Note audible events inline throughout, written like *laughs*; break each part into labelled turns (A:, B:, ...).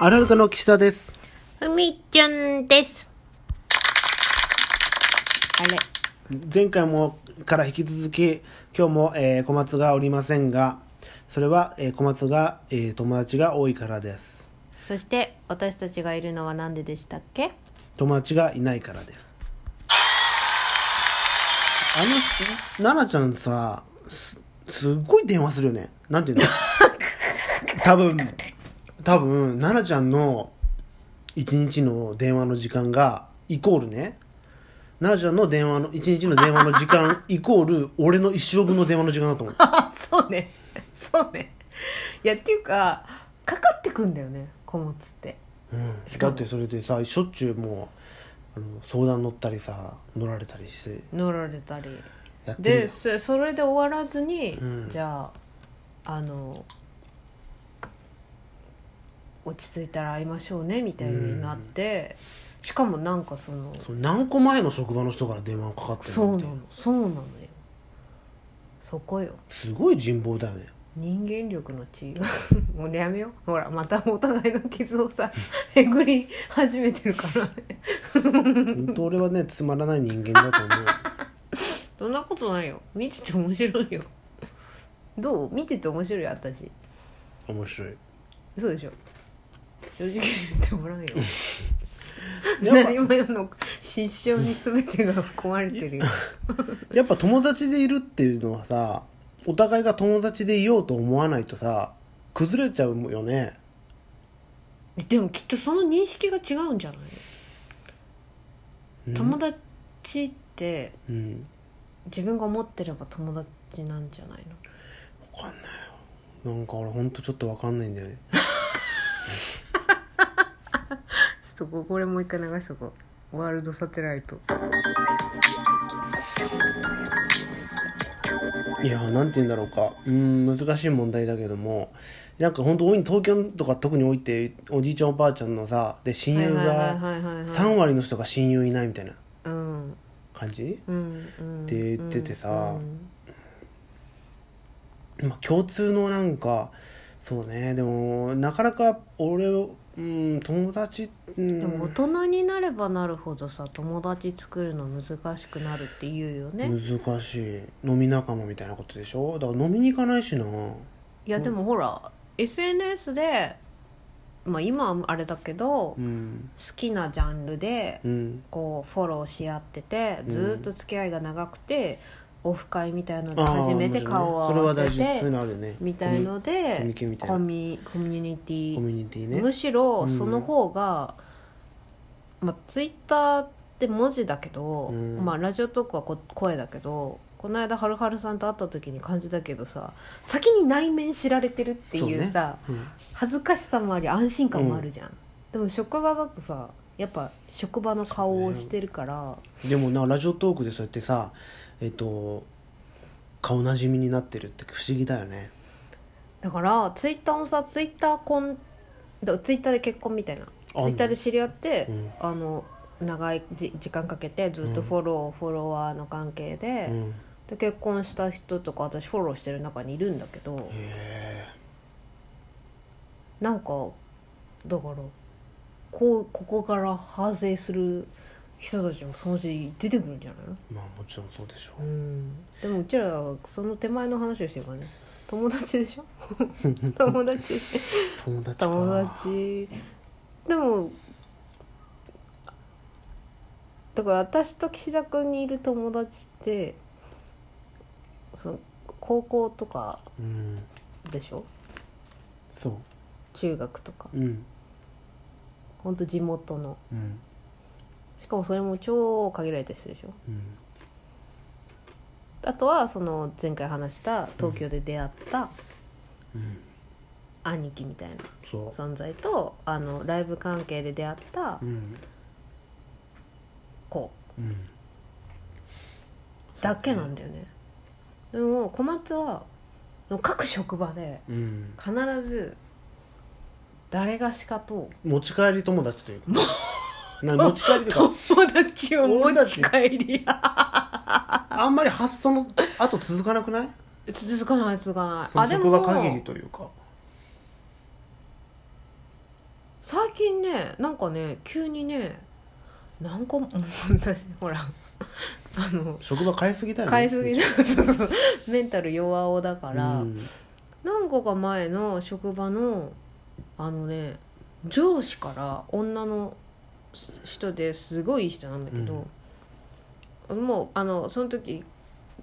A: アラルカの岸田です。
B: ふみちゃんです。あれ、
A: 前回もから引き続き、今日も、えー小松がおりませんが、それは、えー小松が、えー友達が多いからです。
B: そして私たちがいるのはなんででしたっけ
A: 友達がいないからです。あの、奈々ちゃんさ、す、すっごい電話するよね。なん
B: *laughs*
A: ていうの多分、多分、奈々ちゃんの一日の電話の時間が、イコールね、奈々ちゃんの電話の、一日の電話の時
B: *laughs*
A: 間、イコール、俺の一生分の電話の時間だと思う。
B: あ、 *laughs* そうね。そうね。いや、っていうか、かかってくんだよね、小物って。
A: うん、
B: し
A: だ
B: か
A: っ
B: も
A: てそれでさしょっちゅうもうあの相談乗ったりさ乗られたりして
B: 乗られたり。
A: やってる
B: で、そそれで終わらずに、
A: うん
B: じゃあ、あの、落ち着いたら会いましょうねみたいになって、しかもなんかその
A: よその何個前の職場の人から電話かかってる
B: そう
A: なん
B: な
A: て
B: のそうなのよそこよ
A: すごい人望だよね
B: 人間力の違い *laughs* もうやめようほらまたお互いの傷をさ *laughs* えぐり始めてるからね
A: 本当俺はねつまらない人間だと思う
B: そんなことないよ見てて面白いよどう見てて面白い私
A: 面白い
B: そうでしょ正直に言ってもらうよ
A: *laughs* やっぱ
B: 何も世の失笑に全てが含まれてるよ
A: やっぱ友達でいるっていうのはさお互いが友達でいようと思わないとさ崩れちゃうよね
B: *laughs* でもきっとその認識が違うんじゃない友
A: 達
B: 達って
A: うん
B: 自分が思ってれば友達なんじゃないの
A: 分かんないよなんか俺ほんとちょっと分かんないんだよね
B: ちょっとこれもう一回流しとこうワールドサテライト
A: いやーなんて言うんだろうかうーん難しい問題だけどもなんか本当多い東京とか特に多いっておじいちゃんおばあちゃんのさで親友が
B: はいはいはいはいはい
A: 3割の人が親友いないみたいな
B: うん
A: 感じ、
B: うんうん
A: って言っててさ
B: うん
A: まあ、共通のなんかそうねでもなかなか俺をうん友達う
B: でも大
A: ん
B: 人になればなるほどさ友達作るの難しくなるって言うよね、
A: 難しい飲み仲間みたいなことでしょだから飲みに行かないしない
B: やでもほら SNS でまあ今はあれだけど、
A: う
B: 好
A: ん
B: きなジャンルで
A: うん
B: こうフォローし合ってて
A: うん
B: ずーっと付き合いが長くて、オフ会みたいので
A: あー
B: 初めて顔を合わせ
A: 面白いねそれは大事そう
B: て
A: いうのあるよね
B: みたいので
A: コミコミュニケみたいな
B: コミコミュニティ
A: コミュニティね
B: むしろ
A: うん
B: その方が、まあ、ツイッターって文字だけど、
A: うん
B: まあ、ラジオトークはこ声だけどこの間はるはるさんと会った時に感じたけどさ先に内面知られてるって
A: そう
B: い
A: ね
B: うさ
A: うん
B: 恥ずかしさもあり安心感もあるじゃん、でも職場だとさやっぱ職場の顔をしてるから、
A: でもなラジオトークでそうやってさえっと顔なじみになってるって不思議だよね
B: だからツイッターもさツイッター婚だツイッターで結婚みたいな
A: あ
B: ツイッターで知り合って、
A: うん
B: あの長いじ時間かけてずっとフォロー、フォロワーの関係で,、
A: うん
B: で結婚した人とか私フォローしてる中にいるんだけど
A: へ
B: なんかだからこうここから派生する人たちもそのうち出てくるんじゃないの
A: えまあもちろんそうでしょ
B: うんでもうちらはその手前の話をしてるからね友達で
A: *laughs*
B: しょ *laughs* 友達
A: 友達か
B: 友達でもだから私と岸田君にいる友達ってその高校とか
A: うん
B: でしょ
A: そ
B: 中学とか
A: ううん
B: ほんと地元の
A: うん
B: しかもそれも超限られた人でしょ
A: うん
B: あとはその前回話した東京で出会った
A: うん
B: 兄貴みたいな
A: そ
B: 存在とあのライブ関係で出会った
A: ううん
B: 子
A: うん
B: だけなんだよねでも小松は各職場で
A: うん
B: 必ず誰がしかと *laughs*
A: 持ち帰り友達というかな持ち帰りと
B: *laughs*
A: いうか
B: 達
A: を持ち
B: 帰り
A: あんまり発想のあと続かなくない
B: 続かない続かない
A: そ
B: あ
A: の
B: で
A: 職
B: も
A: 場限りというか
B: 最最近ねなんかね急にね何個ももう私ほらあの
A: 職場変えすぎだよね
B: 買いすぎメンタル弱おだか、
A: から
B: 何個か前の職場のあのね上司から女の人ですごいいい人なんだけど、もうあのその時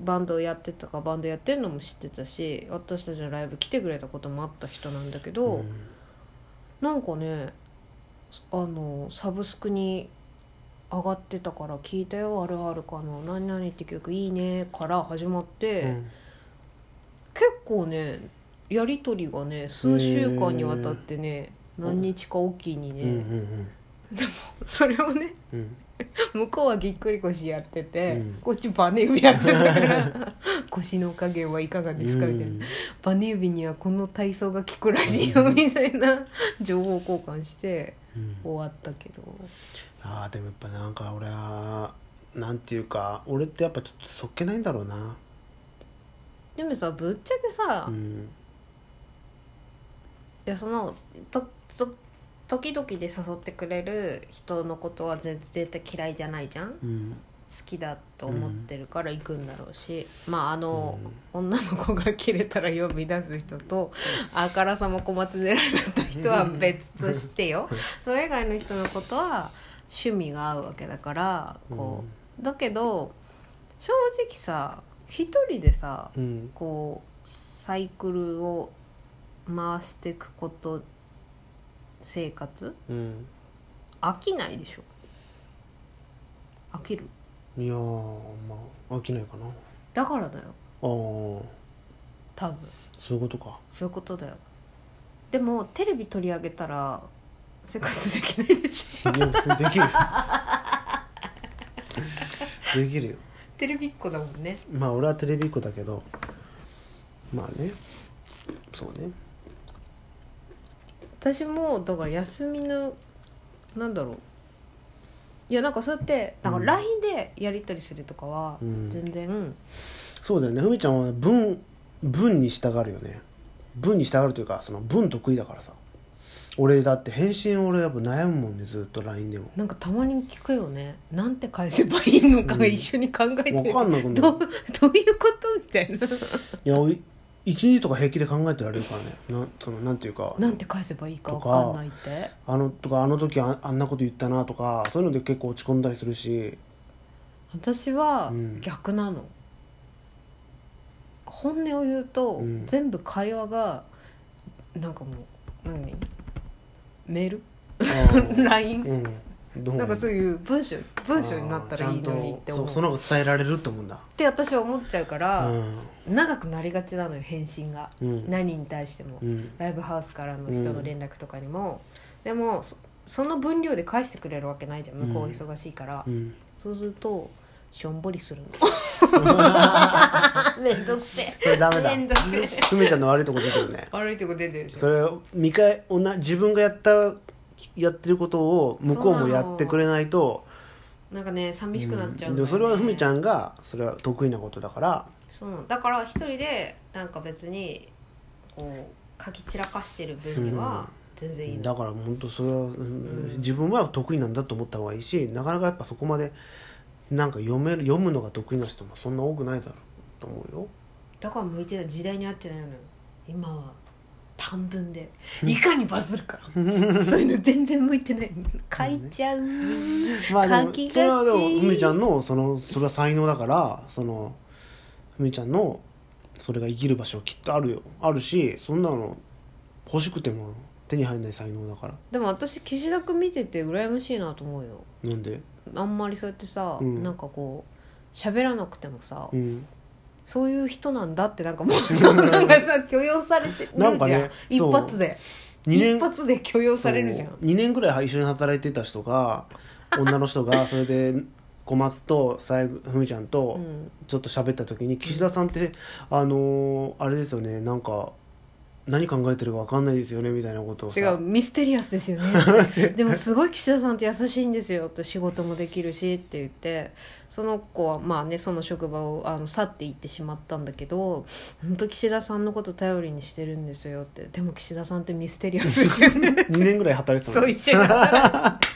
B: バンドやってたかバンドやってるのも知ってたし私たちのライブ来てくれたこともあった人なんだけど、なんかねあのサブスクに上がってたから聞いたよ「あるあるかの何々って曲いいね」から始まって、結構ねやり取りがね数週間にわたってね
A: ん
B: 何日かおきにね、
A: うんうんうん
B: それをね *laughs*
A: うんうん
B: 向こうはぎっくり腰やってて、
A: うん
B: こっちバネ指やってたから
A: *laughs*
B: 腰の加減はいかがですかみたいな、バネ指にはこの体操が効くらしいよ
A: うん
B: みたいな情報交換して
A: うん
B: 終わったけど
A: あーでもやっぱなんか俺はなんていうか俺ってやっぱちょっとそっけないんだろうな
B: でもさぶっちゃけさ、
A: う
B: い
A: ん
B: やそのとと時々で誘ってくれる人のことは絶絶対嫌いじゃないじゃん
A: うん
B: 好きだと思ってるから行くんだろうし、まああの、女の子がキレたら呼び出す人とあからさま小松寺だった人は別としてよ
A: うん
B: それ以外の人のことは趣味が合うわけだからこう、だけど正直さ一人でさ
A: うん
B: こうサイクルを回していくこと生活
A: うん
B: 飽きないでしょ飽きる
A: いやーまあ飽きないかなあ
B: だからだよ
A: あー
B: 多分
A: そういうことか
B: そういうことだよでもテレビ取り上げたら生活できないでしょ
A: いや別にできるよできるよ
B: テレビっ子だもんね
A: まあ俺はテレビっ子だけどまあねそうね
B: 私もだから休みのなんだろういやなんかそうやってなんか
A: うん
B: LINE でやり取りするとかは
A: うん
B: 全然、
A: そうだよねふみちゃんは文文に従うよね文に従うというかその文得意だからさ俺だって返信俺やっぱ悩むもんねずっと LINE
B: *laughs*
A: でも
B: なんかたまに聞くよねなんて返せばいいのか
A: うん
B: 一緒に考えて、
A: 分かんなくな
B: どう
A: る
B: どういうことみたいない
A: やおい一日とか平気で考えてられるからねなんそのなんていうか
B: なんて返せばいいか
A: と
B: 分
A: か
B: かんないって
A: あのとかあの時ああんなこと言ったなとかそういうので結構落ち込んだりするし
B: 私は
A: うん
B: 逆なの、本音を言うと、
A: うん
B: 全部会話がなんかもう何メール
A: あー
B: LINE
A: うんどう
B: なんかそういう文章文章になったらいい
A: あー
B: の
A: ち
B: に
A: ゃ
B: っ
A: ん
B: て
A: と
B: 思う
A: そうその方が伝えられると思うんだ
B: って私は思っちゃうか
A: う
B: ら、
A: ん
B: 長くなりがちなのよ返信が、
A: うん
B: 何に対しても、
A: うん
B: ライブハウスからの人の連絡とかにも、でもそその分量で返してくれるわけないじゃん向こう忙しいから、
A: うん
B: そうするとしょんぼりするの *laughs*
A: そ
B: めんどくせえ
A: れダメだ
B: めんどくせえ
A: ふみちゃんの悪いとこ出てるね
B: 悪いとこ出てるでし
A: そ
B: ょ
A: れを見返おな自分がやったやってることを向こうもやってくれないと
B: なんかね寂しくなっちゃう
A: うんんで
B: だ
A: も
B: よね
A: それはふみちゃんがそれは得意なことだから
B: そうなのだから一人でなんか別にこうかき散らかしてる分には全然いいの、
A: だから本当それは、うん
B: うん
A: 自分は得意なんだと思った方がいいしなかなかやっぱそこまでなんか読める読むのが得意な人もそんな多くないだろうと思うよ
B: だから向いてない時代に合ってないのよ今は短文でいかにバズるかそういうの全然向いてない書いちゃう、
A: まあで
B: 書
A: も
B: きがち
A: それはでもふみちゃんのそのそれは才能だからそのふみちゃんのそれが生きる場所きっとあるよあるしそんなの欲しくても手に入らない才能だから
B: でも私岸田君見てて羨ましいなと思うよ
A: なんで
B: あんまりそうやってさ、
A: うん
B: なんかこう喋らなくてもさ、
A: うん
B: そういう人なんだってなんかもうさなんかさ許容されてるじゃん
A: なんかね
B: 一
A: そう
B: 発で
A: 2
B: 一
A: 年
B: 発で許容されるじゃん
A: 2年ぐらい一緒に働いてた人
B: *laughs*
A: が女の人がそれで小松とさえふみちゃんと
B: うん
A: ちょっと喋った時に岸田さんって、あのーあれですよねなんか何考えてるか分かんないですよねみたいなことをさ
B: 違うミステリアスです
A: *laughs*
B: よねでもすごい岸田さんって優しいんですよと仕事もできるしって言ってその子はまあねその職場をあの去っていってしまったんだけど本当岸田さんのこと頼りにしてるんですよってでも岸田さんってミステリアスですよ
A: *laughs*
B: ね
A: 2年ぐらい働いてた
B: そ
A: の
B: う一緒に働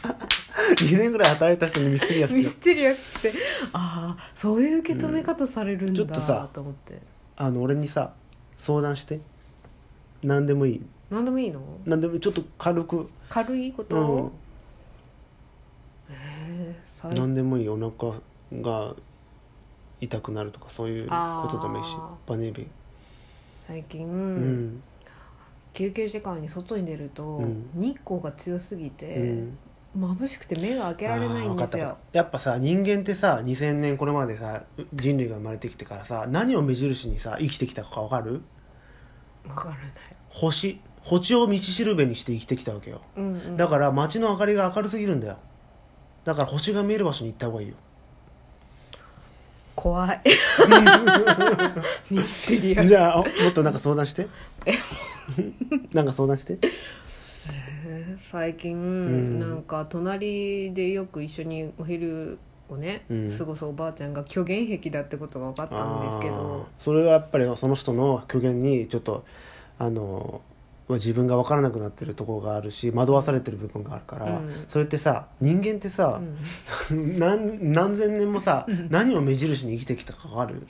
A: 2年ぐらい働いた人にミステリア
B: い
A: ス
B: て
A: っ
B: ミ
A: て
B: ステリアスってああそういう受け止め方されるん
A: ちょ
B: だ
A: っとさ
B: と思って
A: あの俺にさ相談して何でもいい
B: 何でもいいの
A: 何でもいいちょっと軽く、
B: 軽いこと
A: うん
B: を、、へえ最
A: 何でもいいお腹が痛くなるとかそういうことでもいいし
B: あ
A: バネビ
B: 最近、
A: うん
B: 休憩時間に外に出ると、
A: うん
B: 日光が強すぎ
A: う
B: て、
A: ん
B: 眩しくて目が開けられないんで
A: あーわ
B: す
A: か
B: よ
A: っ。たやっぱさ人間ってさ2000年これまでさ人類が生まれてきてからさ何を目印にさ生きてきたか分かる
B: わからない。
A: 星星を道しるべにして生きてきたわけよ
B: うんうん、
A: だから街の明かりが明るすぎるんだよだから星が見える場所に行った方
B: *laughs*
A: がいいよ
B: 怖い。ミステリアス。
A: じゃあおもっとなんか相談して *laughs* なんか相談して
B: えー最近、
A: ん
B: なんか隣でよく一緒にお昼をね、
A: うん
B: 過ごすおばあちゃんが虚言癖だってことが分かったんですけど
A: あーそれはやっぱりその人の虚言にちょっとあのまあ自分が分からなくなってるところがあるし惑わされてる部分があるから、
B: うん
A: それってさ人間ってさ
B: う、ん、
A: *laughs* 何何千年もさ、
B: うん
A: 何を目印に生きてきたか分かる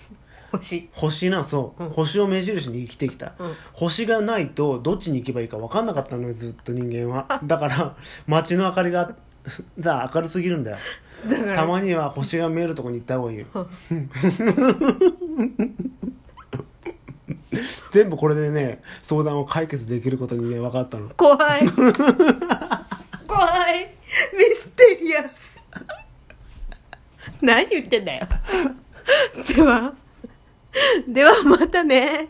B: 欲しい。
A: 星なそう、
B: うん
A: 星を目印に生きてきた、
B: うん
A: 星がないとどっちに行けばいいか分かんなかったのよずっと人間はだから *laughs* 街の明かりが *laughs* だ明るすぎるんだよ
B: だから
A: たまには星が見えるとこに行った方がいいよ *laughs* 全部これでね相談を解決できることにね分かったの
B: 怖い怖いミステリアス何言ってんだよではではまたね